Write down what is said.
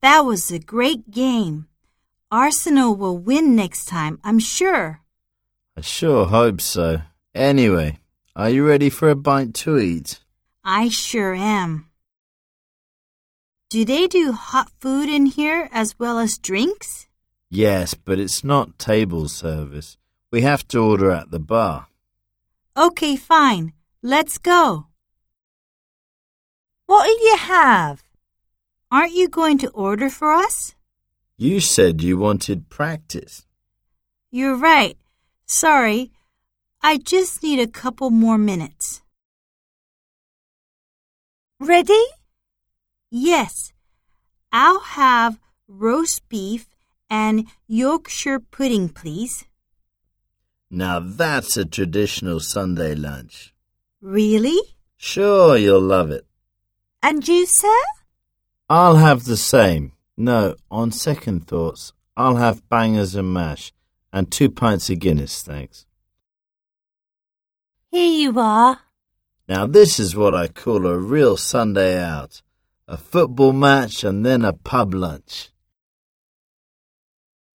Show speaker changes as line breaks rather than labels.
That was a great game. Arsenal will win next time, I'm sure.
I sure hope so. Anyway, are you ready for a bite to eat?
I sure am. Do they do hot food in here as well as drinks?
Yes, but it's not table service. We have to order at the bar.
Okay, fine. Let's go. What'll you have? Aren't you going to order for us?
You said you wanted practice.
You're right. Sorry. I just need a couple more minutes.
Ready?
Yes. I'll have roast beef and Yorkshire pudding, please.
Now that's a traditional Sunday lunch.
Really?
Sure, you'll love it.
And you, sir?
I'll have the same. No, on second thoughts, I'll have bangers and mash and two pints of Guinness, thanks.
Here you are.
Now, this is what I call a real Sunday out a football match and then a pub lunch.